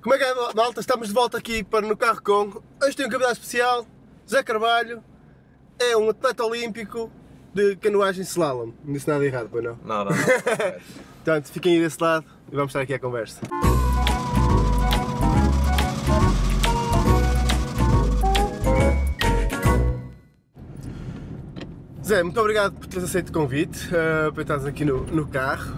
Como é que é, malta? Estamos de volta aqui para No Carro Com. Hoje tem um convidado especial, Zé Carvalho. É um atleta olímpico de canoagem slalom. Não disse nada errado, pois não? Não, não, não. Portanto, fiquem aí desse lado e vamos estar aqui à conversa. Zé, muito obrigado por teres aceito o convite, eh, para estares aqui no, no carro.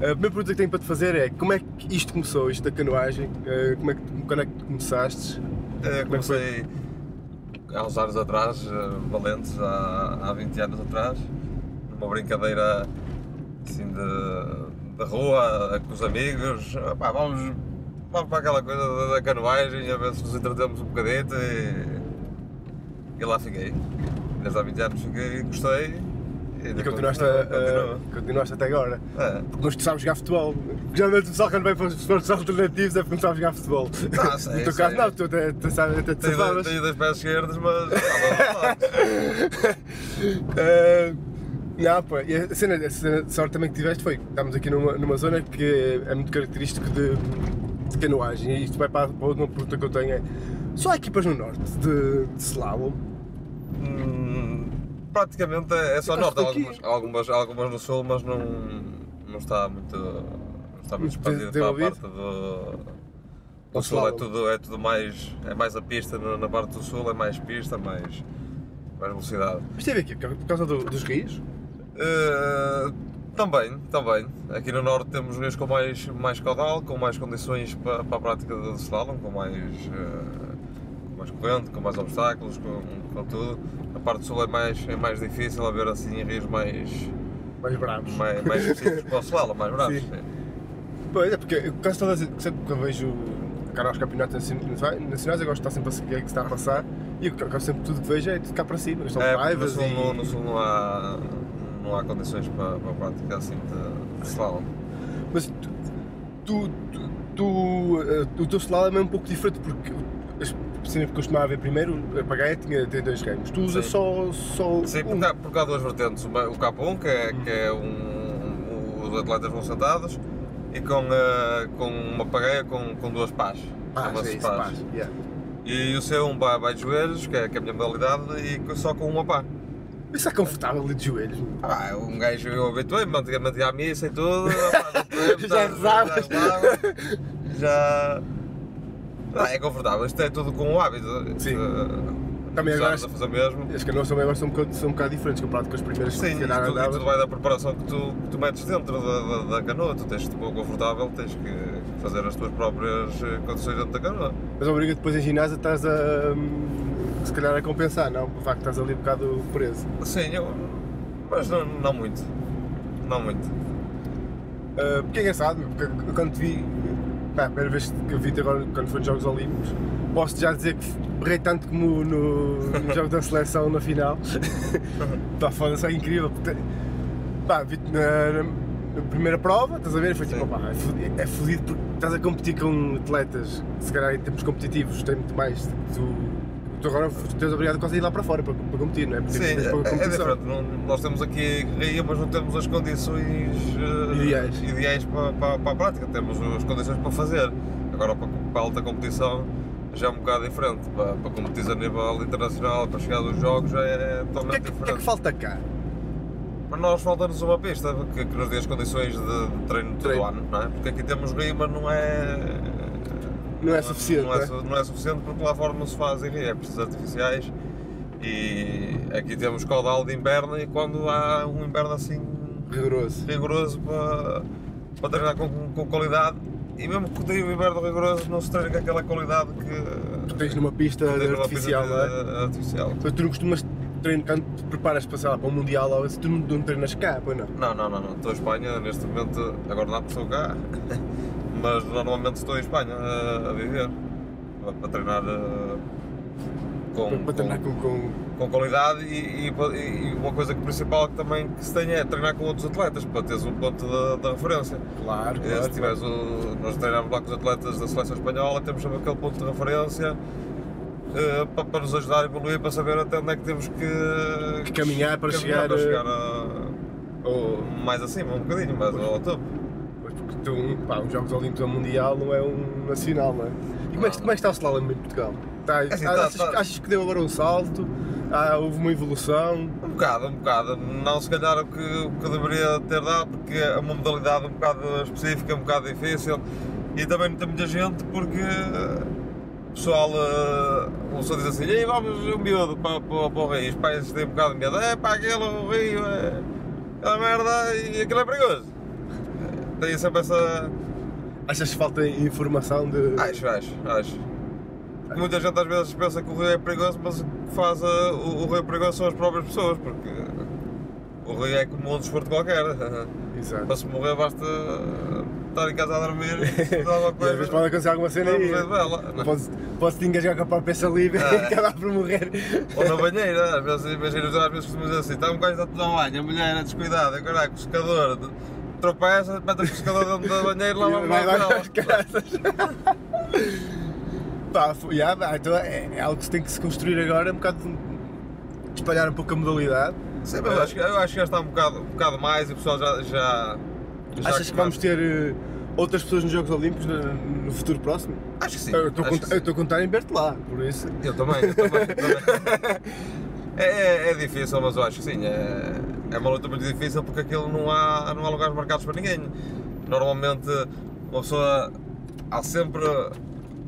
Eh, a primeira pergunta que tenho para te fazer é como é que isto começou, isto da canoagem? Eh, como é que, quando é que tu começaste? é Eh, comecei há uns anos atrás, eh, valentes, há, há 20 anos atrás, numa brincadeira assim de, de rua, com os amigos. Ah, pá, vamos, vamos para aquela coisa da, da canoagem, a ver se nos entretemos um bocadito e, e lá fiquei. Desde há 20 anos fiquei, gostei. É, E continuaste, a, a, continuaste até agora. Continua. Porque nós começámos a jogar futebol. Geralmente o pessoal quando vem para os esportes alternativos é porque começámos a jogar futebol. Ah, sei, no teu sei. caso não, tu até, até, sabes- até te Tenho dois- safavas. tenho dois pés esquerdos, mas. Ah, vamos lá. Ah, Não, pô, e a cena, a cena de sorte também que tiveste foi que estamos aqui numa, numa zona que é muito característico de, de canoagem. E isto vai para, a- para a última pergunta que eu tenho: é só há equipas no norte de, de slalom? Hum, praticamente é só Acho norte, que aqui- algumas, algumas, algumas no sul, mas não, não está muito. Não está Muito muito expandido para a desenvolvido? parte do. Do Do sul é slalom. tudo, é tudo mais. É mais a pista na, na parte do sul, é mais pista, mais, mais velocidade. Mas teve aqui, por causa do- dos rios. Eh, também, também. Aqui no norte temos rios com mais, mais caudal, com mais condições para, para a prática do slalom, com mais, eh, com mais corrente, com mais obstáculos, com, com tudo. A parte do sul é mais, é mais difícil haver assim rios mais, Mais bravos. mais, mais específicos para o slalom, mais bravos. Sim. sim. Pois é, porque eu quase todas as- sempre que eu vejo cara aos campeonatos nacionais, nacionais, eu gosto de estar sempre a seguir o que se está a passar e eu quase sempre tudo que vejo é tudo cá para cima. Estão É, porque no raivas sul, não, no e. sul não, há, não há condições para, para a prática assim de, de slalom. é? Mas tu, tu, tu, tu, eh, o teu slalom é um pouco diferente porque as piscinas que eu costumava ver primeiro, a pagaia tinha tem dois ramos. Tu usas Sim. só, só Sim, um. porque há, porque há duas vertentes. Uma- O K1, que é, que é um, um- os atletas vão sentados, e com, eh, com uma pareia com, com duas pás. Pás, Chama-se é isso, pás. pás. yeah. E o C1 vai, vai de joelhos, que é, que é a minha modalidade, e co- só com uma pá. Isso é confortável ali de joelhos. meu. Ah, um gajo, eu habituei-me antigamente à missa e tudo. então, pá, habituei-me, Já tá- rezavas. Já. Ah, é confortável, isto é tudo com o hábito. Sim. Eh, Também agora- começámos a fazer o mesmo. As canoas também agora são um bocado, são um bocado diferentes comparado com as primeiras Sim, que e eu andava. tudo, e tudo vai da preparação que tu, que tu metes dentro da, da- da canoa. Tu tens de te pôr confortável, tens que fazer as tuas próprias eh, condições dentro da canoa. Mas obriga depois em ginásio estás a. hum, se calhar a compensar, não? O facto de estás ali um bocado preso. Sim, eu, mas não, não muito. Não muito. Ah, porque é engraçado, porque eu quando te vi. Pá, a primeira vez que eu vi-te agora, quando foi nos Jogos Olímpicos, posso já dizer que berrei tanto como no, no jogo da seleção na final. Pá, foda-se, é incrível. porque te- Pá, vi-te na, na primeira prova, estás a ver? Foi tipo, Sim. pá, é fodi- é fodido porque estás a competir com atletas, que se calhar em termos competitivos tem muito mais. tipo, Tu, tu agora tens obrigado quase a ir lá para fora para, para competir, não é? Porque Sim, tens pouca é, é competição. diferente. Não- nós temos aqui Rio, mas não temos as condições eh, Ideais. ideais para, para, para a prática. Temos as condições para fazer. Agora, para, para a alta competição, já é um bocado diferente. Para, para competir a nível internacional, para chegar aos jogos, já é O que, é totalmente que, o que é diferente. que falta cá? Para nós falta-nos uma pista que, que nos dê as condições de, de treino todo Treino. o ano, não é? Porque aqui temos rio, mas não é. Não é suficiente, Não é, não é? su- não é suficiente porque lá fora não se faz rio, é pistas artificiais e aqui temos caudal de inverno e quando há um inverno assim Rigoroso. rigoroso para, para treinar com, com qualidade e mesmo que tenha um inverno rigoroso não se treina com aquela qualidade que. Tu tens numa pista que tem numa pista artificial, não é? de- artificial. Mas tu não costumas treinar, quando te preparas para, sei lá, para um Mundial ou isso, tu não, não treinas cá, pois não? Não, não, não, não. Estou em Espanha neste momento, agora não estou cá, mas normalmente estou em Espanha a, a viver, para, para treinar eh, Para, com, para treinar com, com, com... com qualidade e, e pa- e uma coisa que principal que também que se tem é treinar com outros atletas, para teres um ponto de, de referência. Claro, Eh, Se tiveres o, nós treinamos lá com os atletas da seleção espanhola, temos sempre aquele ponto de referência eh, pa- para, nos ajudar a evoluir, para saber até onde é que temos que, Que caminhar para chegar, para eh, chegar a- Ou, mais acima, um bocadinho, mais ao topo. pois, porque de um, pá, um Jogos Olímpicos ou Mundial não é um nacional, não é? E como é que, como é que está o slalom em Portugal? Está, assim, ah, tá- achas, tá- achas que deu agora um salto? Ah, houve uma evolução? Um bocado, um bocado. Não se calhar o que, o que deveria ter dado, porque é uma modalidade um bocado específica, um bocado difícil e também não tem muita gente porque eh, o pessoal, eh, o pessoal diz assim, Ei, vamos um miúdo para, para, para o Rio, os pais têm um bocado de medo, é para aquele o Rio, é aquela merda e aquilo é perigoso. Tem sempre essa. Achas que falta informação de. Acho, acho, acho. Porque Muita gente às vezes pensa que o rio é perigoso, mas o que faz eh, o, o rio perigoso são as próprias pessoas, porque o rio é como um desporto qualquer. Exato. Para se morrer basta estar em casa a dormir e se alguma E às vezes pode acontecer coisa. alguma cena não e. morrer de vela, não é? Podes, podes te engasgar com a própria saliva e Ah. acabar por morrer. Ou na banheira, às vezes, imagina, às vezes costumamos dizer assim, está um gajo a tomar banho, a mulher é descuidada, caraca, o secador, de- tropeça, mete o secador dentro da banheira e lá vai vai morrer lá às de vela. casas. Pá, fo- yeah, pá, então é, é algo que se tem que se construir agora, é um bocado de espalhar um pouco a modalidade. Sim, mas eu acho, que- eu acho que já está um bocado, um bocado mais e o pessoal já. já já Achas que começa- vamos ter eh, outras pessoas nos Jogos Olímpicos no, no futuro próximo? Acho que sim. eu estou a acho que cont- sim. eu estou a contar em ver-te lá, por isso. Eu também, eu também. também. é, é- é difícil, mas eu acho que sim. É, é uma luta muito difícil porque aquilo não há, não há lugares marcados para ninguém. Normalmente, uma pessoa. Há sempre.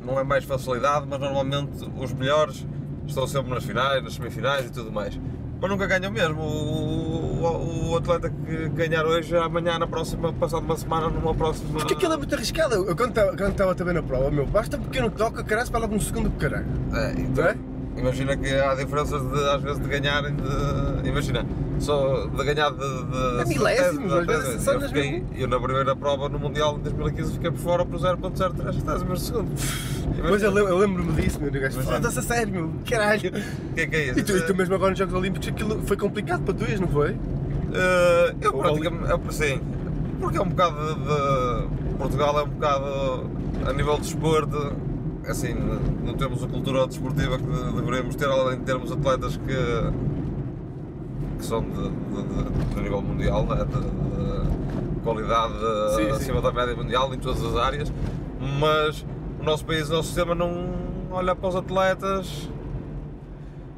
Não é mais facilidade, mas normalmente os melhores estão sempre nas finais, nas semifinais e tudo mais. Mas nunca ganham mesmo. O, o- o atleta que ganhar hoje, amanhã, na próxima, passado uma semana, numa próxima. Porque aquilo é muito arriscado. Eu quando estava- quando estava também na prova, meu, basta um pequeno toque, caralho, para lá um segundo, caralho. É, Não então, é? Imagina que há diferenças de, às vezes de ganharem de. Imagina, só de ganhar de. de É milésimos, às 70, vezes só eu, nas fiquei- mil- eu na primeira prova no Mundial de 2015 fiquei por fora por 0.03 centésimos de segundo. Imagina, Mas eu, lem- eu lembro-me disso, meu, o gajo, Então, Mas- é. foda-se a sério, meu, caralho. O que é que é isso? E tu, e tu mesmo agora nos Jogos Olímpicos, aquilo foi complicado para tu ires, não foi? Eh, eu O praticamente. eu- Sim, porque é um bocado de. de- Portugal é um bocado. A nível de desporto, assim, não temos a cultura desportiva que deveríamos ter, além de termos atletas que. que são de, de- de- de nível mundial, né? de, de qualidade eh, Sim, sim. acima da média mundial em todas as áreas, mas o nosso país, o nosso sistema não olha para os atletas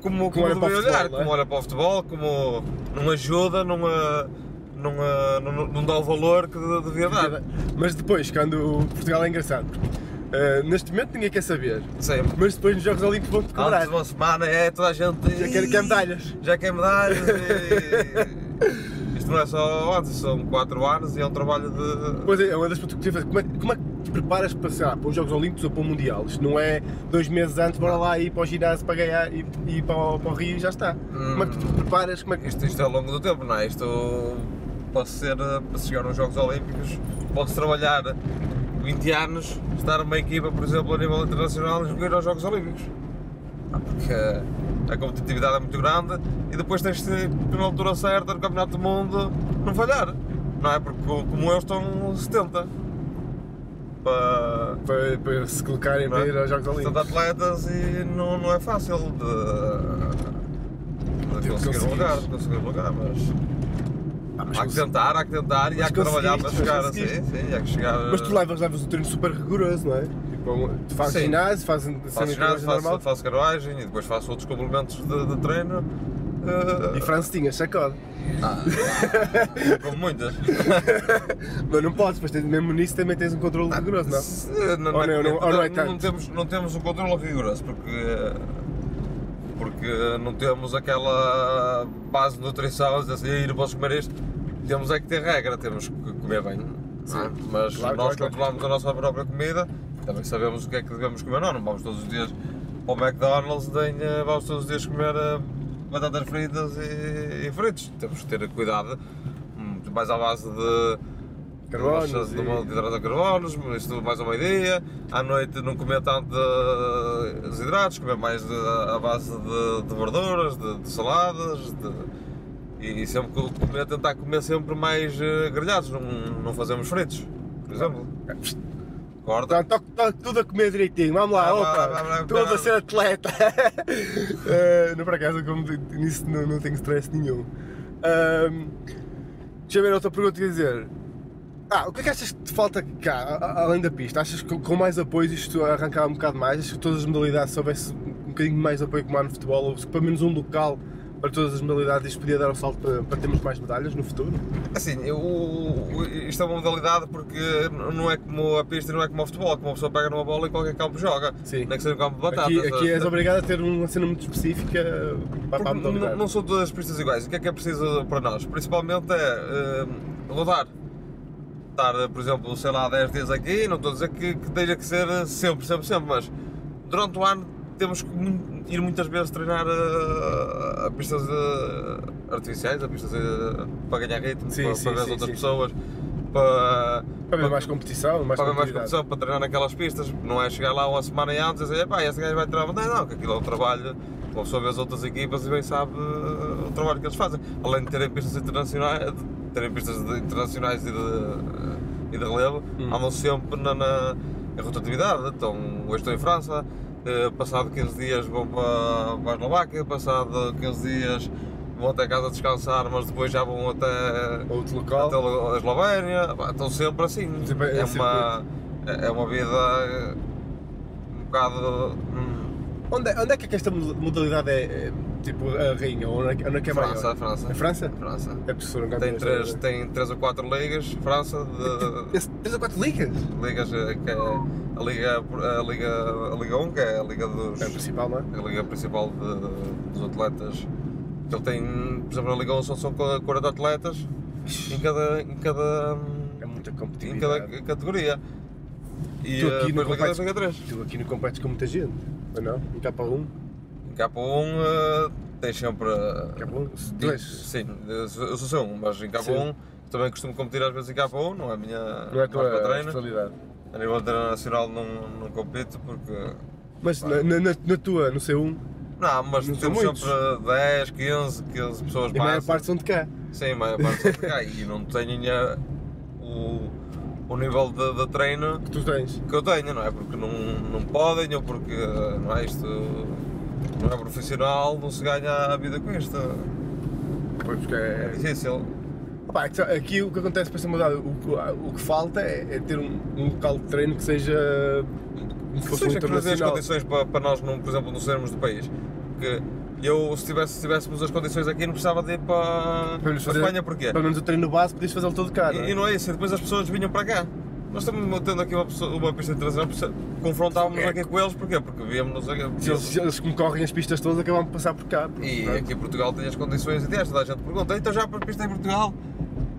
como, como olha para o deveria futebol, olhar, não é? como olha para o futebol, como não ajuda, não, eh, não, eh, não, não dá o valor que de- devia dar. Mas depois, quando o Portugal é engraçado, porque, eh, neste momento ninguém quer saber, Sempre. mas depois nos Jogos Olímpicos vão-te Antes cobrar. de uma semana é toda a gente. Já quer, quer medalhas. Já quer medalhas. e- Isto não é só antes, são 4 anos e é um trabalho de. Pois é, é uma das perspectivas. Como é, que- como é que te preparas para, sei lá, para os Jogos Olímpicos ou para o Mundial? Isto não é dois meses antes, bora lá ir para o ginásio para ganhar e, e ir para, o, para o Rio e já está. Como é que Hum. tu te preparas? Como é que... Isto, isto é ao longo do tempo, não é? Isto para ser, eh, para chegar aos Jogos Olímpicos, pode-se trabalhar 20 anos, estar numa equipa, por exemplo, a nível internacional e jogar aos Jogos Olímpicos. Ah, Porque a competitividade é muito grande e depois tens de, na altura certa, no Campeonato do Mundo, não falhar. Não é? Porque como eu estão 70. Para Para, para se colocarem não para é? ir aos Jogos Portanto, Olímpicos. atletas e não, não é fácil de, De de conseguir um conseguir. lugar, de conseguir um lugar, mas Ah, mas, há que cons- tentar, há que tentar e Mas há que trabalhar para conseguiste, chegar mas assim, sim, há que chegar. mas tu levas, levas um treino super rigoroso, não é? Tipo, é um- tu fazes Sim. ginásio, fazes faço cena de ginásio, ginásio normal. faço, faço carruagem e depois faço outros complementos de, de treino. eh, E francesinhas, sacode. como muitas. Mas não podes, mas tens- mesmo nisso também tens um controle rigoroso, não? Ah, Se- Não, Ou não, não- ou não é tanto? temos, não temos um controle rigoroso porque, porque não temos aquela base de nutrição, dizer assim, "Ei, não podes comer isto. Temos é que ter regra, temos que comer bem. não é? Mas Claro, claro, claro. nós controlamos a nossa própria comida, também sabemos o que é que devemos comer. Não, não vamos todos os dias ao McDonald's, nem, eh, vamos todos os dias comer eh, batatas fritas e, e fritos. Temos que ter cuidado, hum, mais à base de Carbonos Carbonos, de e- mal de hidratos de carbonos, isto mais ao meio-dia. À noite não comer tanto de desidratos, comer mais de, à base de, de verduras, de, de saladas. de- e, e sempre co- comer, tentar comer sempre mais eh, grelhados, não, não fazemos fritos, por exemplo. Corta. Portanto, toque- toque tá, tudo a comer direitinho, vamos lá, Ah, vá, vá, opa, vá, estou a vá. ser atleta. Eh, não, por acaso, como de- nisso não, não tenho stress nenhum. Ahm, deixa eu ver outra pergunta que ia dizer. Ah, o que é que achas que te falta cá, a- a- além da pista? Achas que com mais apoio isto arrancava um bocado mais? Achas que todas as modalidades, se houvesse um bocadinho mais apoio como há no futebol, ou se pelo menos um local para todas as modalidades, isto podia dar um salto para, para termos mais medalhas no futuro? Assim, eu- o- isto é uma modalidade porque não é como a pista, não é como o futebol, que uma pessoa pega numa bola e qualquer campo joga. Sim. Nem que seja um campo de batatas. Aqui, aqui é és obrigado a ter uma cena muito específica eh, para, para a Porque não, modalidade. não são todas as pistas iguais. O que é que é preciso para nós? Principalmente é eh, rodar. Estar, eh, por exemplo, sei lá, 10 dias aqui, não estou a dizer que, que tenha que ser eh, sempre, sempre, sempre, mas durante o ano temos que mu- ir muitas vezes treinar eh, a pistas eh, artificiais, a pistas eh, para ganhar ritmo, Sim, para, sim, para ver as sim, outras sim. pessoas, para, Para haver mais competição, mais para haver competitividade. mais competição, para treinar naquelas pistas, não é chegar lá uma semana antes e dizer, pá, esse gajo vai treinar, não, não, que aquilo é um trabalho, uma pessoa vê as outras equipas e bem sabe eh, o trabalho que eles fazem, além de terem pistas internacionais, de terem pistas de- internacionais e de, eh, e de relevo, Hum. andam sempre na, na em rotatividade, então hoje estou em França, eh, passado 15 dias vão para, para a Eslováquia, passado 15 dias vão até casa descansar, mas depois já vão até Outro até local. a Eslovénia, pá, estão sempre assim. Sempre é é, uma, é uma vida um bocado. hum, Onde é, onde é que esta modalidade é, é, tipo a rainha? Ou onde é, que- onde é que é França, maior? França. A França? França. É professor, não Tem três, tem três ou quatro ligas, França, de, 3 ou 4 ligas? ligas eh, que é a Liga, a Liga, a Liga 1, que é a Liga dos. É a principal, não é? a liga principal de- dos atletas. Ele tem, por exemplo, na Liga 1 só são 40 atletas em cada. Em cada hum, É muita em competitividade. cada categoria. E Tu eh, aqui no depois ligas complexo- Liga 3. Tu aqui não competes com muita gente, ou não? Um Em K1, Em K1 eh, tens sempre. eh, K1, ti- 2. Sim, eu sou eu sou só um, mas em K1 também costumo competir às vezes em K1, não é a minha. Não é a mais meu tua treino. especialidade. A nível internacional não, não compito porque. Mas na, na, na- na tua, no C1, Não, mas Não são temos muitos. sempre eh, 10, 15, 15 pessoas a maior mais. parte são de cá. Sim, a maior parte são de cá e não tenho ainda o, o nível de- de treino Que tu tens. que eu tenho, não é? Porque não, não podem ou porque não é isto. Não é profissional, não se ganha a vida com isto. Pois, porque É é... difícil. Pá, então, aqui o que acontece para esta mudar, o, que- o que falta é, é ter um, um local de treino que seja como se Que fosse um seja que nos dê as internacional. condições para, para nós, não, por exemplo, não sermos do país. Porque eu, se, tivesse, se tivéssemos as condições aqui, não precisava de ir para, para Para a nos fazer- Espanha, porquê? Pelo menos o treino base podias fazê-lo todo cá, não E, e é? não é isso, e depois as pessoas vinham para cá. Nós estamos tendo aqui uma, pessoa, uma pista internacional, por isso confrontávamos É. aqui com eles, porquê? Porque víamos-nos aqui. Se eles, se eles me correm as pistas todas, acabam por passar por cá. E não é? aqui em Portugal tem as condições ideais, toda a gente pergunta, então já para a pista em Portugal?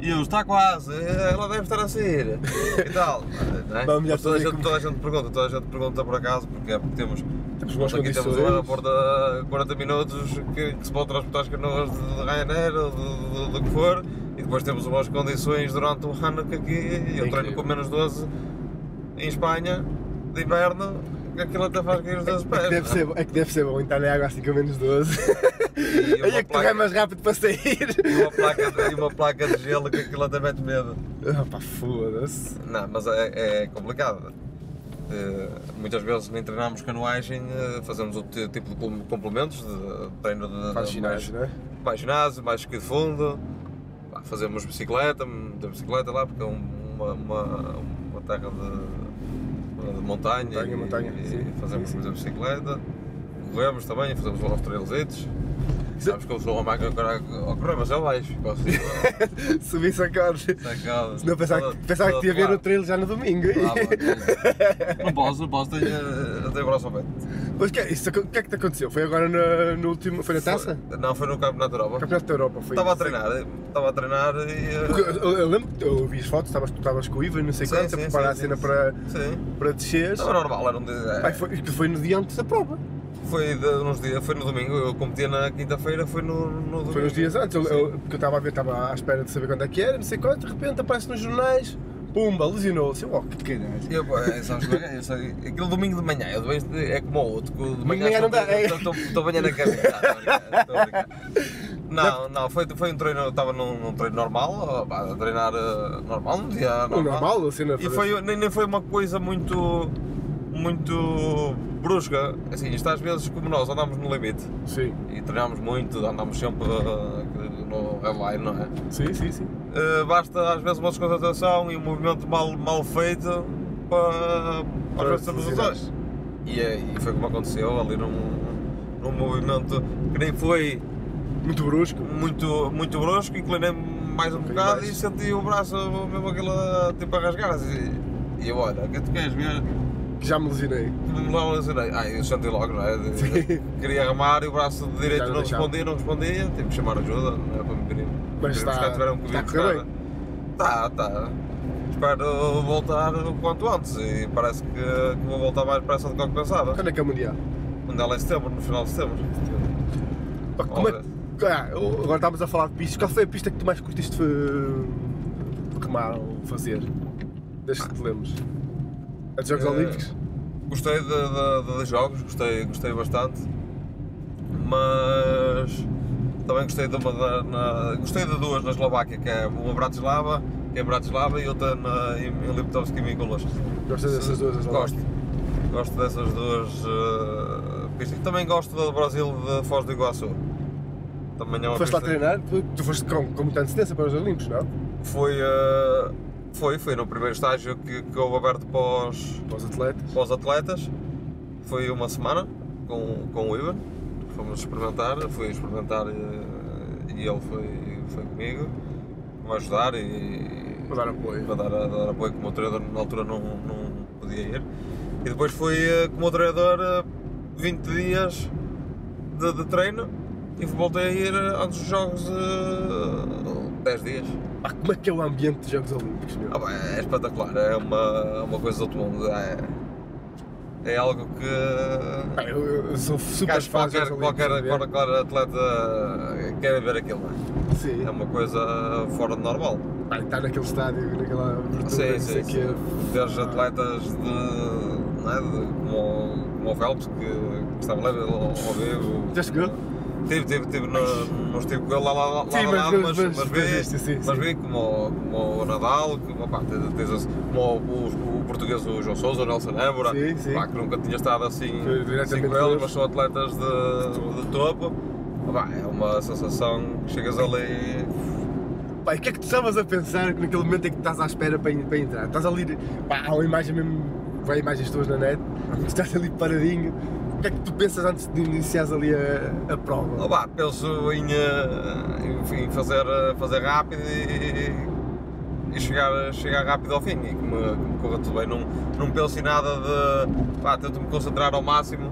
E eu, está quase, ela deve estar a sair, e tal. Não é? Não, melhor Mas toda, fazer a gente, como- toda a gente pergunta, toda a gente pergunta por acaso, porque é porque temos, Temos boas aqui condições. temos um aeroporto a 40 minutos que, que se pode transportar as canoas de, de Ryanair ou de- de- do que for, e depois temos umas condições durante o ano que aqui, eu treino incrível. com menos 12 em Espanha, de inverno, que aquilo até faz cair os dois É pés. que, deve não é? ser, bom- é que deve ser bom entrar na água assim com menos 12. E uma Aí é que tu placa- é mais rápido para sair. E uma placa de, e uma placa de gelo que aquilo até mete medo. Ah, pá, foda-se. Não, mas é, é complicado. Eh, muitas vezes nem treinamos canoagem, eh, fazemos outro tipo de com- complementos, de treino de, Faz de ginásio, não é? mais, mais ginásio, mais esqui de fundo, Pá, fazemos bicicleta, muita bicicleta lá porque é um- uma, uma, uma terra de, de montanha, Montanha, e, montanha, e sim, fazemos sim, sim. muita bicicleta, corremos também, fazemos uns trailzitos. é Sabes que eu sou uma máquina ao correr, mas eu baixo. posso- Subi sacode. Sacado. Se não pensava, que- pensava que tinha a ver o trailer já no domingo. Não posso, não posso, tenho, eu tenho braço ao pé. Mas o que, é- isso, o que é que te aconteceu? Foi agora na- no, último. Foi na taça? Foi- Não, foi no Campeonato da Europa. Campeonato da Europa foi. Estava a isso. treinar, estava a treinar e. eh, Porque Eu, eu lembro que eu vi as fotos, estavas, tu estavas com o Ivan, não sei Sim, quanto, a sim, preparar sim, a cena sim, para, Sim. para desceres. Estava normal, era um dia. Pai, foi, que foi no dia antes da prova. Foi, de, nos dias, foi no domingo, eu competia na quinta-feira, foi no, no domingo. Foi nos dias antes. Eu, Sim. eu- porque eu estava a ver, estava à espera de saber quando é que era, não sei quanto, de repente aparece nos jornais, pumba, lesionou-se. Eu, Oh, que caralho. Eu, pá, é, sabes, como é que é? Eu sei- aquele domingo de manhã, eu depois de- é como o outro, que o de manhã Manhã estou- não dá, é. estou- estou estou banhando a cabeça. Não, estou a brincar, estou a brincar. Não, não, foi, foi um treino, eu estava num, num treino normal, pá, a treinar eh, normal, um dia O normal, a cena E fazer- foi, nem, nem foi uma coisa muito, muito brusca, assim, isto às vezes como nós andámos no limite Sim. e treinámos muito, andámos sempre eh, no headline, não é? Sim, sim, sim. Eh, basta às vezes uma desconcentração e um movimento mal, mal feito para, para Para as felicidade. resultados. E, é- e foi como aconteceu ali num, num movimento que nem foi Muito brusco. muito, muito brusco, inclinei-me mais um bocadinho bocado mais. e senti o braço mesmo aquilo a- tipo a rasgar e, e eu olha, o que tu queres ver? Que já me lesionei. Me logo lesionei. Ah, eu senti logo, não é? Sim. Queria arramar e o braço direito Já não não deixava. respondia, não respondia, tive que chamar ajuda, não é para me virem. Mas tá- está- virem buscar, tiveram que um está vir a correr buscar. Está, está. Tá, Espero voltar o quanto antes e parece que, que vou voltar mais depressa do que eu pensava. Quando é que é o Mundial? Quando ela é em setembro, no final de setembro. Pá, Como é Olha. que... Ah, o- agora estávamos a falar de pistas. Qual foi a pista que tu mais curtiste eh, de remar ou fazer? Desde que te lembres. A dos Jogos Eh, Olímpicos? Gostei de- de- de- dos jogos, gostei, gostei bastante. Mas também gostei de uma da- na- gostei de duas na Eslováquia, que é uma Bratislava, que é em Bratislava e outra na, em, em Liptovsk e Mikuláš. Gostas dessas duas? as Gosto. Gosto dessas duas eh, pistas. E também gosto do Brasil de Foz do Iguaçu. Também é uma Foste pista... lá treinar? Tu, tu foste com, com muita antecedência para os Olímpicos, não? Foi, eh, foi, foi no primeiro estágio que, que houve aberto para os, Para os atletas. para os atletas. Foi uma semana com, com o Ivan. Fomos experimentar, fui experimentar eh, e ele foi, foi comigo, me ajudar e Para dar apoio. para dar, dar apoio como o treinador na altura não, não podia ir. E depois fui eh, como treinador eh, 20 dias de, de treino e voltei a ir eh, antes dos jogos eh, 10 dias. Pá, como é que é o ambiente dos Jogos Olímpicos, meu? Ah, pá, é espetacular, é uma, é uma coisa do outro mundo. É, é algo que. Pá, eu, eu sou super Acho que fã dos qualquer, Jogos qualquer, Olímpicos. é? qualquer, atleta quer ver aquilo. não é? qualquer... Sim. É uma coisa fora do normal. Pá, estar naquele estádio, naquela abertura, Sim, não sim, sei sim. quê. Vejo atletas de, não é, de- como, o- como o Phelps, que, que estava lá ao, ao vivo. Já chegou? Tive, tive, tive, no- não estive com ele lá, lá, lá, Sim, mas- lá, lá, mas- mas, mas mas vi, viste, sim, mas sim. vi como, como o Nadal, como, pá, tens, tens, esse- como o, o português o João Sousa, o Nelson Évora, Sim, sim. pá, que nunca tinha estado assim, Foi assim diretamente com eles, deles. mas são atletas de, de topo. Pá, é uma sensação que chegas ali Pá, e o que é que tu estavas a pensar naquele momento em que estás à espera para, en- para entrar? Estás ali, pá, há uma imagem mesmo, vai imagens tuas na net, e estás ali paradinho. O que é que tu pensas antes de iniciares ali a, a prova? Opa, penso em, eh, em- em fazer, fazer rápido e, e chegar, chegar rápido ao fim e que me, que me corra tudo bem. Não, não penso em nada de. Pá, tento me concentrar ao máximo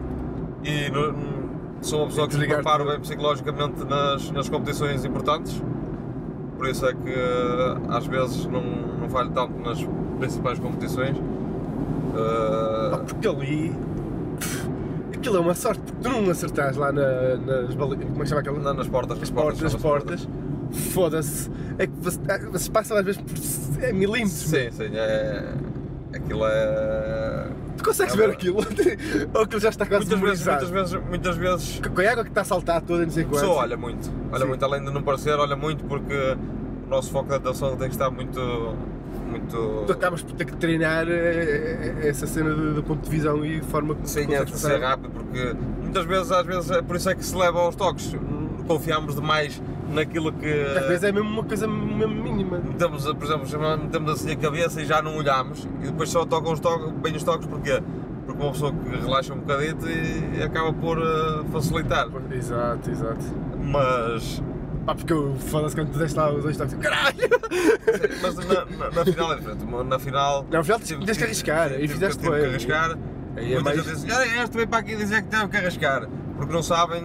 e no- no- sou uma pessoa que me Desligar-te. preparo bem psicologicamente nas, nas competições importantes. Por isso é que às vezes não, não falho tanto nas principais competições. Eh, Pá, porque ali, pff, aquilo é uma sorte, porque tu não acertares lá na- nas balas, como é que chama aquela? na- nas portas, As portas, as nas portas, foda-se, é que vocês- vocês passam às vezes por é milímetros, Sim, sim, é. Aquilo é. Tu consegues É ver verdade. aquilo? Ou aquilo já está quase Muitas vezes, muitas memorizado? vezes, muitas vezes Com a água que está a saltar toda, não sei a quanto. pessoa olha muito. Olha Sim. muito, além de não parecer, olha muito porque o nosso foco de atenção tem que estar muito. muito Tu acabas por ter que treinar eh, eh, essa cena do, do ponto de visão e forma como sem consegues antes de ser passar. é, rápido, porque muitas vezes, às vezes, é por isso é que se leva aos toques. Confiamos demais naquilo que. Às vezes é mesmo uma coisa mesmo mínima. Metemos, por exemplo, metemos assim a cabeça e já não olhamos e depois só tocam os toques, bem os toques, porquê? Porque uma pessoa que relaxa um bocadito e acaba por eh, facilitar. Exato, exato. Mas, Pá, porque eu foda-se quando tu deste lá os dois toques. eu, Caralho! mas na, na- na final é diferente. Na final. Na final te- tive- tiveste que tive- arriscar, tive- e tive- fizeste tive que bem. arriscar. Aí é Muita mais- gente diz: Olha, este veio para aqui dizer que teve que arriscar. Porque não sabem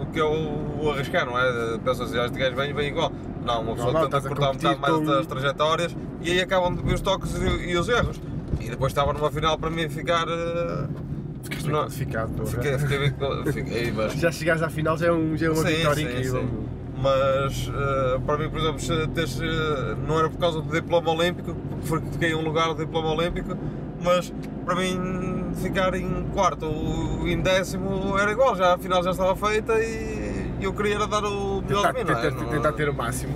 o que é o, o arriscar, não é? Pensam assim: "Ah, este gajo vem, vem igual. Não, uma pessoa não, tenta estás a cortar um bocado competir mais com- das trajetórias e aí acabam de ver os toques e, e os erros. E depois estava numa final para mim ficar. eh, Ficaste Não. bem classificado, porra. Fiquei, fiquei, bem- fiquei mas Já chegares à final já é, um, já é uma Sim, vitória sim, incrível. sim. Mas eh, para mim, por exemplo, se teres, eh, não era por causa do diploma olímpico, porque foi que fiquei em um lugar do diploma olímpico, mas para mim ficar em quarto ou em décimo era igual, já a final já estava feita e eu queria era dar o melhor Tentar, de mim, não é? tentar- Não- tentar ter o máximo.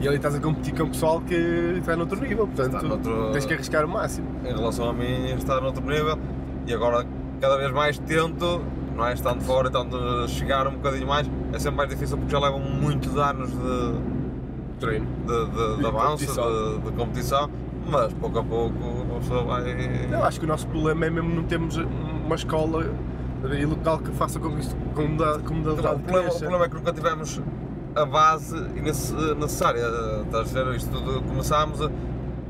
E ali estás a competir com o pessoal que está noutro nível, portanto Está noutro- tens que arriscar o máximo. Em relação a mim, estar noutro nível e agora cada vez mais tento não é? Estando fora, estando de chegar um bocadinho mais, é sempre mais difícil porque já levam muitos anos de, Treino. de, de, de E avanço, competição. de, de competição, mas pouco a pouco a pessoa vai. Eu acho que o nosso problema é mesmo não termos uma escola e local que faça com que isto, como da, como da Então, o, problema, o problema é que nunca tivemos a base nesse- necessária. Estás a ver? Isto tudo começámos, a-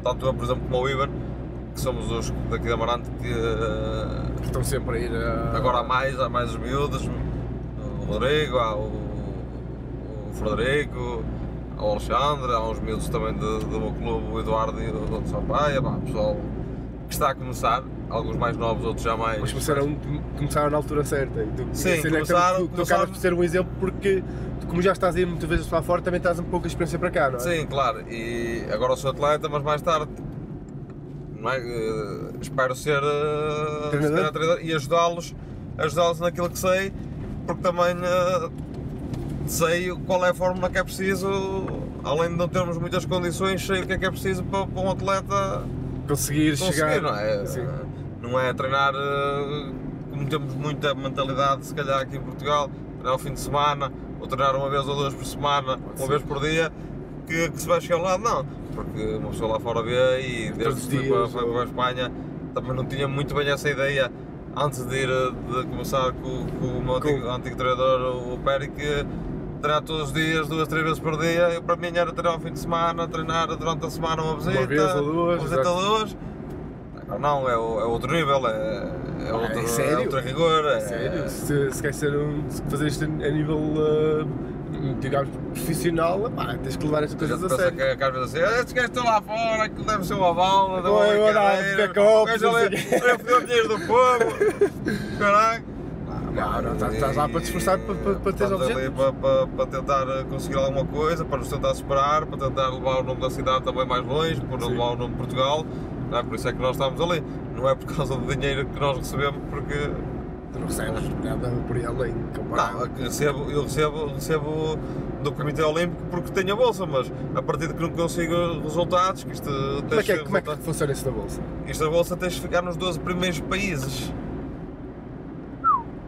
tanto eu, por exemplo, como o Iber, que somos os daqui da Marante, que eh, Estão sempre a ir a... agora há mais, há mais os miúdos, o Rodrigo, há o, o Frederico, há o Alexandre, há uns miúdos também do, do meu clube, o Eduardo e o Dom Sampaia, pá, pessoal que está a começar, alguns mais novos, outros já mais. Mas começaram, começaram na altura certa. E tu, Sim, a cena é que começaram- tu, tu acabas começaram- por ser um exemplo porque, tu, como já estás a ir muitas vezes lá fora, também estás um pouco a experiência para cá, não é? Sim, claro. E agora sou atleta, mas mais tarde não é? Eh, espero ser eh, Treinador? ser treinador e ajudá-los ajudá-los naquilo que sei, porque também eh, sei qual é a fórmula que é preciso, além de não termos muitas condições, sei o que é que é preciso para, para um atleta Conseguir, conseguir, chegar... não é? Sim. Não é treinar eh, como temos muita mentalidade, se calhar aqui em Portugal, treinar ao fim de semana, ou treinar uma vez ou duas por semana, uma Sim. vez por dia, que, que se vai chegar lá, não. Porque uma pessoa lá fora vê e Todos desde os que fui para, dias, foi ou- para a Espanha também não tinha muito bem essa ideia antes de ir eh, de começar com, com o meu Com- antigo, antigo treinador, o Peri, que treinar todos os dias, duas, três vezes por dia, eu, para mim era treinar ao fim de semana, treinar durante a semana uma visita, vez ou duas, uma visita exato. ou duas, Agora não, é, o- é outro nível, é, é, Ah, outro, é é, sério? outro rigor. É, Sério? Se, se queres ser um, se fazer isto a nível, eh, digamos, profissional, pá, tens que levar estas Tu já coisas a pensa sério. que, que às vezes assim, "Ah, estes gajos estão lá fora, que deve ser uma válvula, deu uma Oi, olha, brincadeira, backup, o gajo não sei ali, o quê." olha, fodeu o dinheiro do povo, caralho. Não, não, estás- estás lá para te esforçar para- para- para teres é, Estás ali objetivos. Para, para, para tentar eh, conseguir alguma coisa, para nos tentar superar, para tentar levar o nome da cidade também mais longe, para não Sim. levar o nome de Portugal, não é? por isso é que nós estamos ali. Não é por causa do dinheiro que nós recebemos, porque Tu não recebes nada por aí além. Não, é comparado. que recebo, eu recebo, recebo do Comitê Olímpico porque tenho a bolsa, mas a partir de que não consigo resultados, que isto Como é tens que, é, que como é que resultar- funciona isso da bolsa? Isto a bolsa tens de ficar nos 12 primeiros países.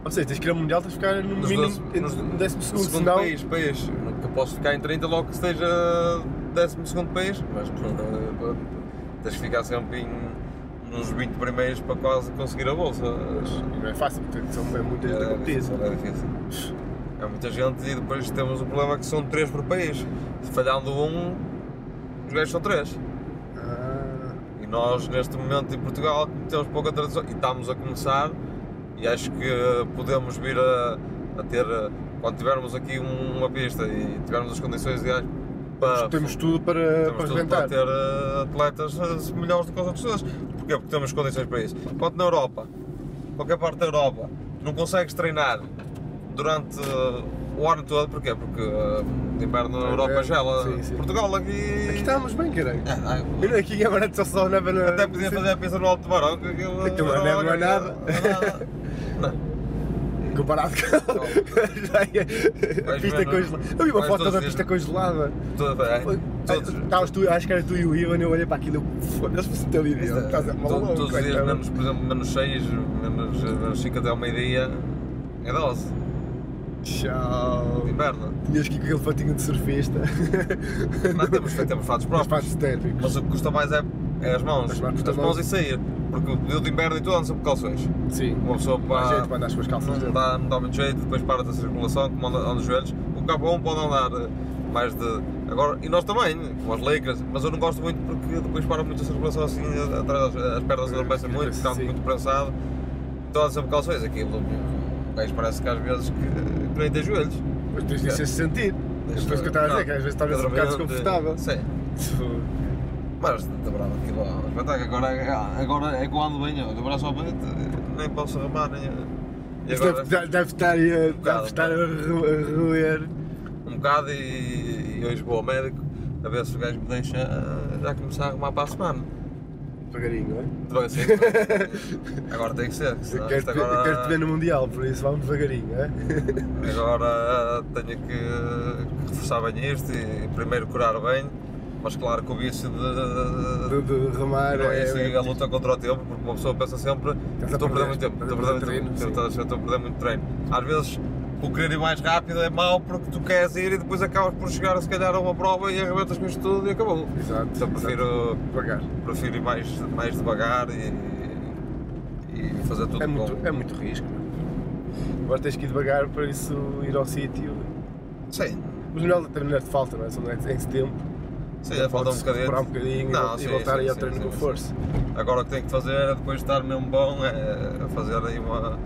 Ou seja, tens que ir ao Mundial, tens que ficar no Nos mínimo doze- em nos- 12 segundo, segundo senão. país, país. Nunca posso ficar em 30 logo que esteja 12 segundo país, mas eh, tens que ficar sempre em- nos 20 primeiros para quase conseguir a bolsa. Não é fácil, porque são bem muitas da competição. É difícil. É muita gente e depois temos o problema que são três por país. Se falhando um, os gajos são três. Ah, E nós, neste momento, em Portugal, temos pouca tradição e estamos a começar. E acho que podemos vir a, a ter, quando tivermos aqui um- uma pista e tivermos as condições ideais para, temos tudo para, temos para tudo para arrebentar. ter eh, atletas eh, melhores do que os outros todos. Porquê? Porque temos condições para isso. Enquanto na Europa, qualquer parte da Europa, não consegues treinar durante eh, o ano todo. Porquê? Porque eh, de inverno na É, Europa gela. sim, sim. Portugal aqui. Aqui estávamos bem, caralho. É, é, Eu Aqui é barato só se olhava na. até podia fazer a pista no Alto Barão, que aquilo. Aquilo não é- não é nada. Comparado com. Já é- A Vais pista ver, não é? congelada. Eu vi uma Vais foto da todos pista ver. congelada. Tudo Foi- bem. Todos. Estavas tu, acho que era tu e o Ivan, eu olhei para aquilo e eu, foda-se, por ter ali, Isto é, estás a todo- tá, maluco. Todos os dias, então. menos, por exemplo, menos 6, menos, menos 5 até ao meio-dia, é dose, Tchau. de inverno. Tinhas que ir com aquele fatinho de surfista. Não temos, temos fatos Os próprios, fatos térmicos. mas o que custa mais é, é as mãos. As As mãos mãos, custam e mais. sair, porque o período de inverno e tudo anda sempre com calções. Sim. Uma pessoa Há para. jeito para andar as suas calças. Não dá, não dá muito jeito, depois para a circulação, como anda, anda os joelhos. O K1 pode andar eh, mais de. Agora, e nós também, com as Lakers, mas eu não gosto muito porque depois para muito a circulação assim, atrás, das- as pernas não peçam muito, fica Sim. muito prensado. Então anda sempre calções. Aquilo, o gajo parece que às vezes que, que nem tem joelhos. Mas tens de se sentir. Depois que eu estava a dizer, que às vezes estava um bocado desconfortável. Sim. Mas dobrava aquilo ao espetáculo. Agora, agora é quando bem, olha, o braço ao peito, nem posso arrumar, nem. eh, E Isto deve- Deve deve estar a- deve bocado, estar a um ro- a roer. um bocado e, e hoje vou ao médico a ver se o gajo me deixa ah, já começar a arrumar para a semana. Devagarinho, não é? Devagarzinho. agora tem que ser. senão Quero isto te ver- quero te ver agora, no Mundial, por isso vamos devagarinho, não é? eh, agora tenho que, que reforçar bem isto e primeiro curar bem Mas claro que o bicho de, De, de remar não é assim é- a luta contra o tempo, porque uma pessoa pensa sempre Estás a estou a perder, perder muito tempo, estou estás a perder a perder muito treino, tempo, estou a estou a perder muito treino. Às vezes o querer ir mais rápido é mau porque tu queres ir e depois acabas por chegar se calhar a uma prova e arrebentas com isto tudo e acabou. Exato. Então exato. prefiro, Devagar. prefiro ir mais, mais devagar e, e fazer tudo É com- muito, é muito risco. é? Agora tens que ir devagar para isso ir ao sítio. Sim, Mas melhor terminar de falta, não é? Só não é em setembro. sim, é falta um Pode-se bocadinho. recuperar um bocadinho e Não, vol- e, sim, voltar sim, aí ao sim, treino sim, com sim. força. Agora o que tenho que fazer é depois de estar mesmo bom é fazer aí uma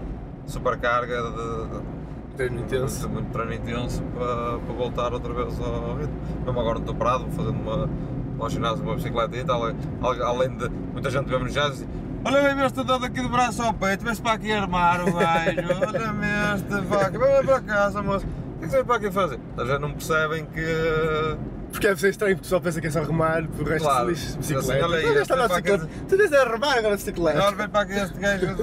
supercarga de, Treino intenso. Muito, muito treino intenso para, para voltar outra vez ao ritmo. Mesmo agora no Toprado, fazendo uma, ao ginásio uma bicicleta e tal. al- Além de muita gente ver no ginásio e diz, Olha mesmo este dado aqui de braço ao peito, vê-se para aqui armar o gajo, olha mesmo este vaca, vai para casa moço, o que é que você para aqui fazer? Então já não percebem que Porque deve ser estranho, porque o pessoal pensa que é só remar, porque o resto Claro. se lixe. Assim, Bicicleta. olha aí, Tu deste andar de esta bicicleta. Tu deste a remar agora de bicicleta. agora vem para aqui este gajo de,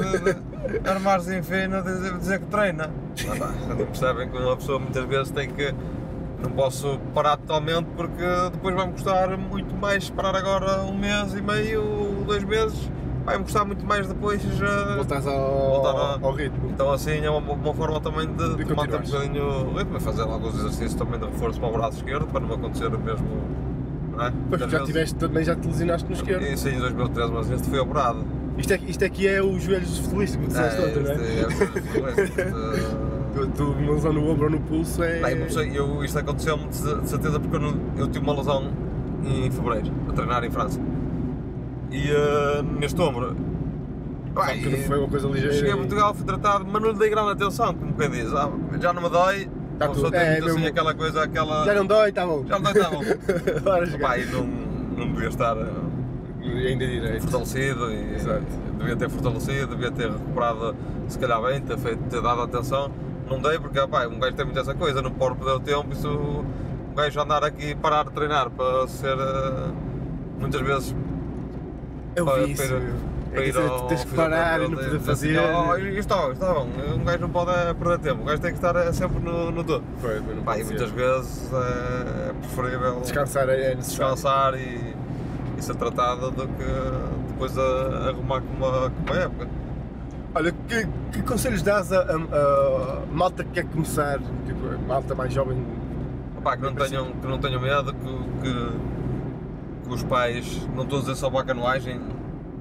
de armar-se em fino dizer, dizer que treina. Ah, pá, não percebem que uma pessoa muitas vezes tem que. Não posso parar totalmente porque depois vai-me custar muito mais parar agora um mês e meio, dois meses, vai-me custar muito mais depois já. Voltas ao, Voltar a- ao ritmo. Então assim é uma, uma forma também de, E de manter um continuares. bocadinho o ritmo e fazer alguns exercícios também de reforço para o braço esquerdo para não acontecer o mesmo. Não é? Pois Muitas já vezes- tiveste, também já te lesionaste no esquerdo. E sim, em 2013, mas este foi operado. Isto, é, isto aqui é os joelhos dos futebolistas, eh, como disseste ontem, não é? este, este, Tu, tu uma lesão no ombro ou no pulso é. Bem, eu comecei- eu, isto aconteceu-me de cer- de certeza porque eu, não- eu tive uma lesão em fevereiro, a treinar em França. E eh, neste ombro. Sabe bem, que não foi uma coisa ligeira. Cheguei a e- Portugal, fui tratado, mas não lhe dei grande atenção, como quem diz. Ah, já não me dói, Tá a pessoa tudo. tem É, muito assim mesmo. aquela coisa, aquela. Já não dói, está bom. Já não dói, tá bom. Bora jogar. Pá, e não, não devia estar eh, Ainda direito. fortalecido e Exato. devia ter fortalecido, devia ter recuperado se calhar bem, ter, feito, ter dado atenção. Não dei porque pá, um gajo tem muito essa coisa, não pode perder o tempo, isso um gajo andar aqui parar de treinar para ser eh, muitas vezes Eu para- vi isso. para- meu. para É que ir tu ao tens que parar e não poder fisioterapeuta e fazer. dizer assim, "Oh, isto está bom, isto está bom, um gajo não pode eh, perder tempo, um gajo tem que estar eh, sempre no, no todo. Pois, mas não Pá, pode e ser. muitas vezes eh, é preferível Descansar é necessário. descansar e, e ser tratado do que depois a, arrumar com uma, com uma época. Olha, que, que conselhos dás a, a- a malta que quer começar? Tipo, a malta mais jovem. Opá, que, não tenham, que não tenham medo, que, que, que os pais, não estou a dizer só para a canoagem,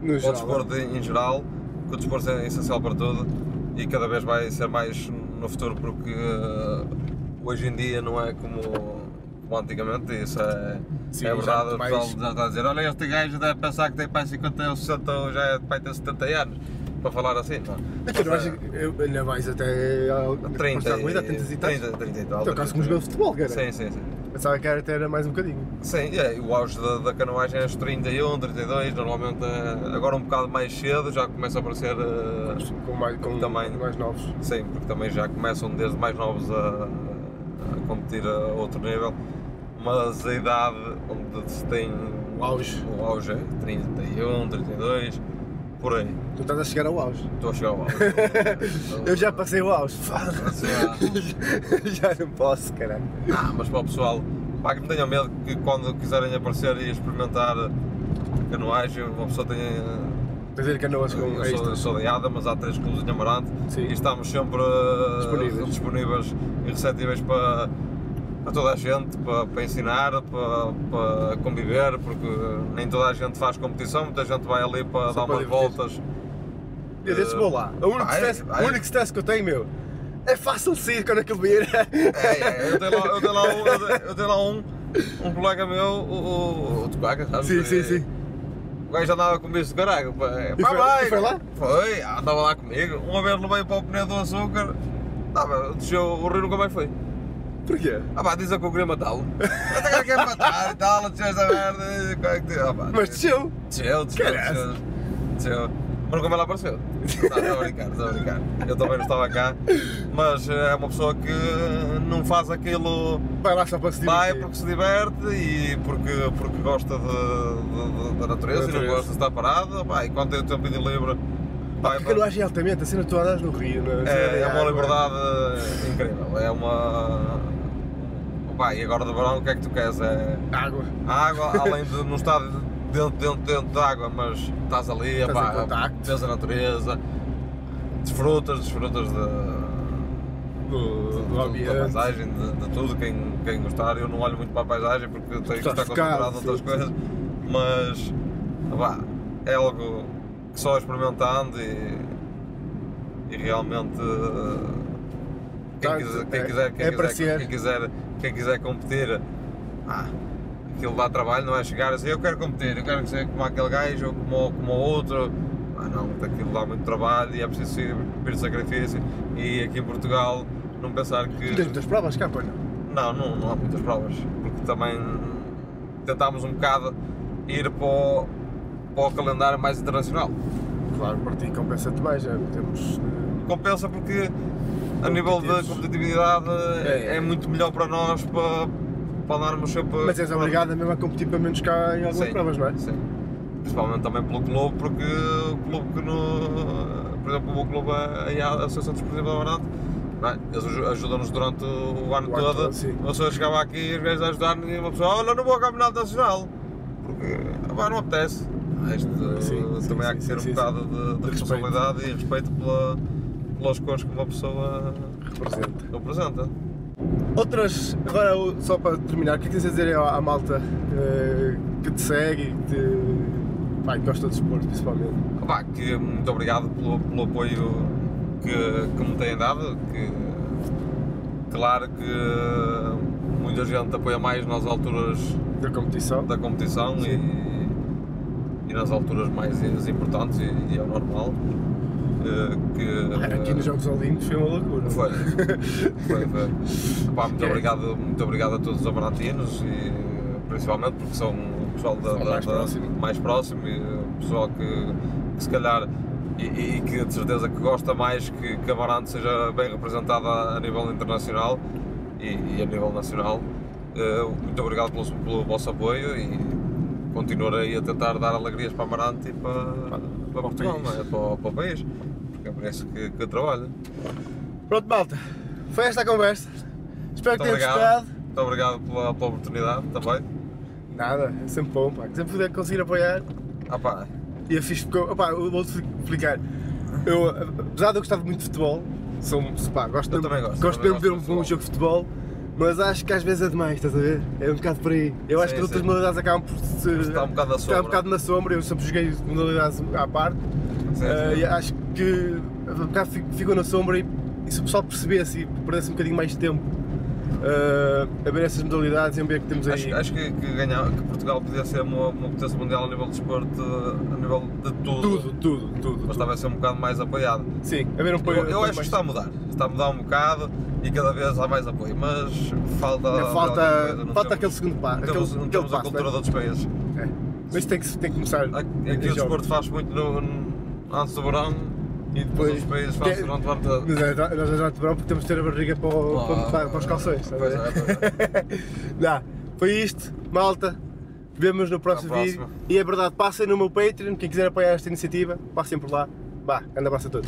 No para o geral, né? desporto em, em geral, que o desporto é essencial para tudo e cada vez vai ser mais no futuro porque eh, hoje em dia não é como, como antigamente, isso é, Sim, é já verdade, o muito pessoal mais- já está a dizer, olha este gajo deve pensar que tem pai 50 ou 60 ou já é pai ter 70 anos, para falar assim, não A canoagem, É eu- ainda mais até. ao- depois 30, da corrida, há 30 e tal. 30, 30 e tal. Então, quase como jogou futebol, cara. Sim, sim, sim. Pensava que era até era mais um bocadinho. Sim, é, o auge da, da canoagem é os 31, 32, normalmente é, agora um bocado mais cedo já começa a aparecer. eh, Com mais, com Também. mais novos. sim, porque também já começam desde mais novos a, a competir a outro nível, mas a idade onde se tem O auge. o auge é 31, 32, por aí. Tu estás a chegar ao auge. Estou a chegar ao auge. Eu já passei o auge. Foda-se. passei. já não posso, caralho. Ah, mas para o pessoal, pá, que não tenham medo que quando quiserem aparecer e experimentar canoagem, uma pessoa tenha. Fazer canoas com Eu sou, extras. eu sou de Ada, mas há três clubes em Amarante Sim. e estamos sempre eh, Disponíveis. disponíveis e receptíveis para, para toda a gente, para, para ensinar, para, para conviver, porque nem toda a gente faz competição, muita gente vai ali para Só dar para umas divertir. voltas. Eu disse, vou lá. O único, Vai, stress, vai. o único stress que eu tenho, meu, é fácil sair quando aquilo vir. Ah, é? É, é, eu dei lá, eu dei lá um, eu dei- eu dei lá um, um colega meu, o, o, o Tupac, sabes? sim, sim, Eh, sim. O gajo andava comigo de caralho. pá. é, E Pá, foi- vai. e foi lá? Foi, andava lá comigo. Um Uma vez levei para o pneu do açúcar. Estava, desceu, o rio nunca mais foi. Porquê? Ah pá, dizem que eu queria matá-lo. Até que é eu quero matar e tal, desceu esta merda. e qual é que tem? Ah pá, Mas desceu. desceu, desceu, Caralho. desceu. desceu. Mas nunca mais lá apareceu. Não, Estou a brincar, estou a brincar. Eu também não estava cá. Mas é uma pessoa que não faz aquilo Vai lá só para se vai divertir. porque se diverte e porque, porque gosta de- de- de- da natureza Da e não natureza. gosta de estar parado. Pá, e quando tem o tempo de livre, vai, Porque para- canoagem é altamente, assim tu andas no rio. Na, é, é uma água. liberdade incrível. É uma, pá, e agora de verão o que é que tu queres? É Água. água, além de não estar dentro, dentro, dentro de água, mas estás ali, Estás em pá, contacto. vês a natureza, desfrutas, desfrutas de, Do, do de- da ambiente. paisagem, de, de tudo, quem, quem gostar. Eu não olho muito para a paisagem porque tenho que Estás estar focado, concentrado em outras sim, coisas, mas pá, é algo que só experimentando e, e realmente. Quem Tá, quiser, é- quem quiser, quem é quiser, apreciar. quem quiser, quem quiser competir, ah, aquilo dá trabalho, não é chegar assim, eu quero competir, eu quero ser como aquele gajo ou como, como o outro. Ah, não, aquilo dá muito trabalho e é preciso ser- vir sacrifício. E aqui em Portugal, não pensar que. Tu tens muitas provas, cá, pô, não? Não, não, não há muitas provas, porque também tentámos um bocado ir para o, para o calendário mais internacional. Claro, para ti compensa-te mais, já temos. eh, Compensa porque a nível de Competitivos. competitividade É, é, é. muito melhor para nós para, para andarmos sempre. Mas és para- obrigado mesmo a competir pelo menos cá em algumas Sim, provas, não é? Sim. Principalmente também pelo clube, porque o clube que no. Por exemplo, o meu clube, a, a Associação Desportiva do Amarante, não é? eles aju- ajudam-nos durante o ano O ano todo. todo, sim. Uma pessoa chegava aqui e os gajos ajudaram e uma pessoa, olha, não vou ao Campeonato Nacional, porque ah, pá, não apetece. Ah, Isto Sim, eh, sim, também há sim, que sim, ter sim, um bocado de, de De respeito. responsabilidade e respeito pela, pelas cores que uma pessoa Representa. representa. Outras, agora o- só para terminar, o que é que tens a dizer à, à malta eh, que te segue e que te. Pá, que gosta de desporto principalmente? Pá, que muito obrigado pelo, pelo apoio que, que me têm dado. Que, claro que muita gente apoia mais nas alturas Da competição? da competição e, e nas alturas mais importantes, e, e é o normal. eh, Que, Aqui nos Jogos Olímpicos foi uma loucura. Foi. Foi, foi. Pá, muito, É. obrigado, muito obrigado a todos os abarantinos e principalmente porque são o pessoal da, Pessoal da- mais da- próximo. mais próximo e o pessoal que, que se calhar e, e que de certeza que gosta mais que, que Amarante seja bem representada a, a nível internacional e, e a nível nacional. Eh, muito obrigado pelo, pelo vosso apoio e continuarei a tentar dar alegrias para Amarante e para, para Portugal, país. não é? para, para o país, porque é por isso que, que eu trabalho. Pronto, malta, foi esta a conversa. Espero que tenham Muito gostado. obrigado. Muito obrigado pela, pela oportunidade também. Nada, é sempre bom, pá. Sempre puder conseguir apoiar. Ah pá, E é fixe porque, opá, eu vou-te explicar. Eu, apesar de eu gostar muito de futebol, sou, um- pá, gosto, Eu mesmo- também gosto, gosto também mesmo de ver um gosto de bom futebol. jogo de futebol, mas acho que às vezes é demais, estás a ver? É um bocado por aí. Eu acho Sim, que outras sim. modalidades acabam por se. está um bocado na Está sombra. um bocado na sombra, eu sempre joguei modalidades à parte Sim, sim. eh, e acho que um bocado fi- ficou na sombra e, e se o pessoal percebesse e perdesse um bocadinho mais de tempo eh, a ver essas modalidades e a ver que temos aí. Acho, acho que, que, ganhar, que Portugal podia ser uma, uma potência mundial a nível de desporto, a nível de tudo. Tudo, tudo, tudo. tudo. Mas estava a ser um bocado mais apoiado. Sim, a ver um Eu, apoio- eu acho mais- que está a mudar. Está a mudar um bocado e cada vez há mais apoio. Mas falta. Ainda falta, alguma coisa. Não falta aquele temos- segundo passo. não Aquele, temos, não aquele temos a passo, cultura né? de outros países. É. Mas tem que, tem que começar. Aqui, em aqui jogos. o desporto faz muito no, no- antes do verão, E mas depois. outros países que- fazem durante o ano todo. Mas é, nós já de verão porque temos de ter a barriga para, o- para, para- para os calções. tá sabe? Ah, Pois é, pois é. Dá. Foi isto, malta. Vemos no próximo vídeo. próxima. E é verdade, passem no meu Patreon. Quem quiser apoiar esta iniciativa, passem por lá. Vá, grande abraço a todos.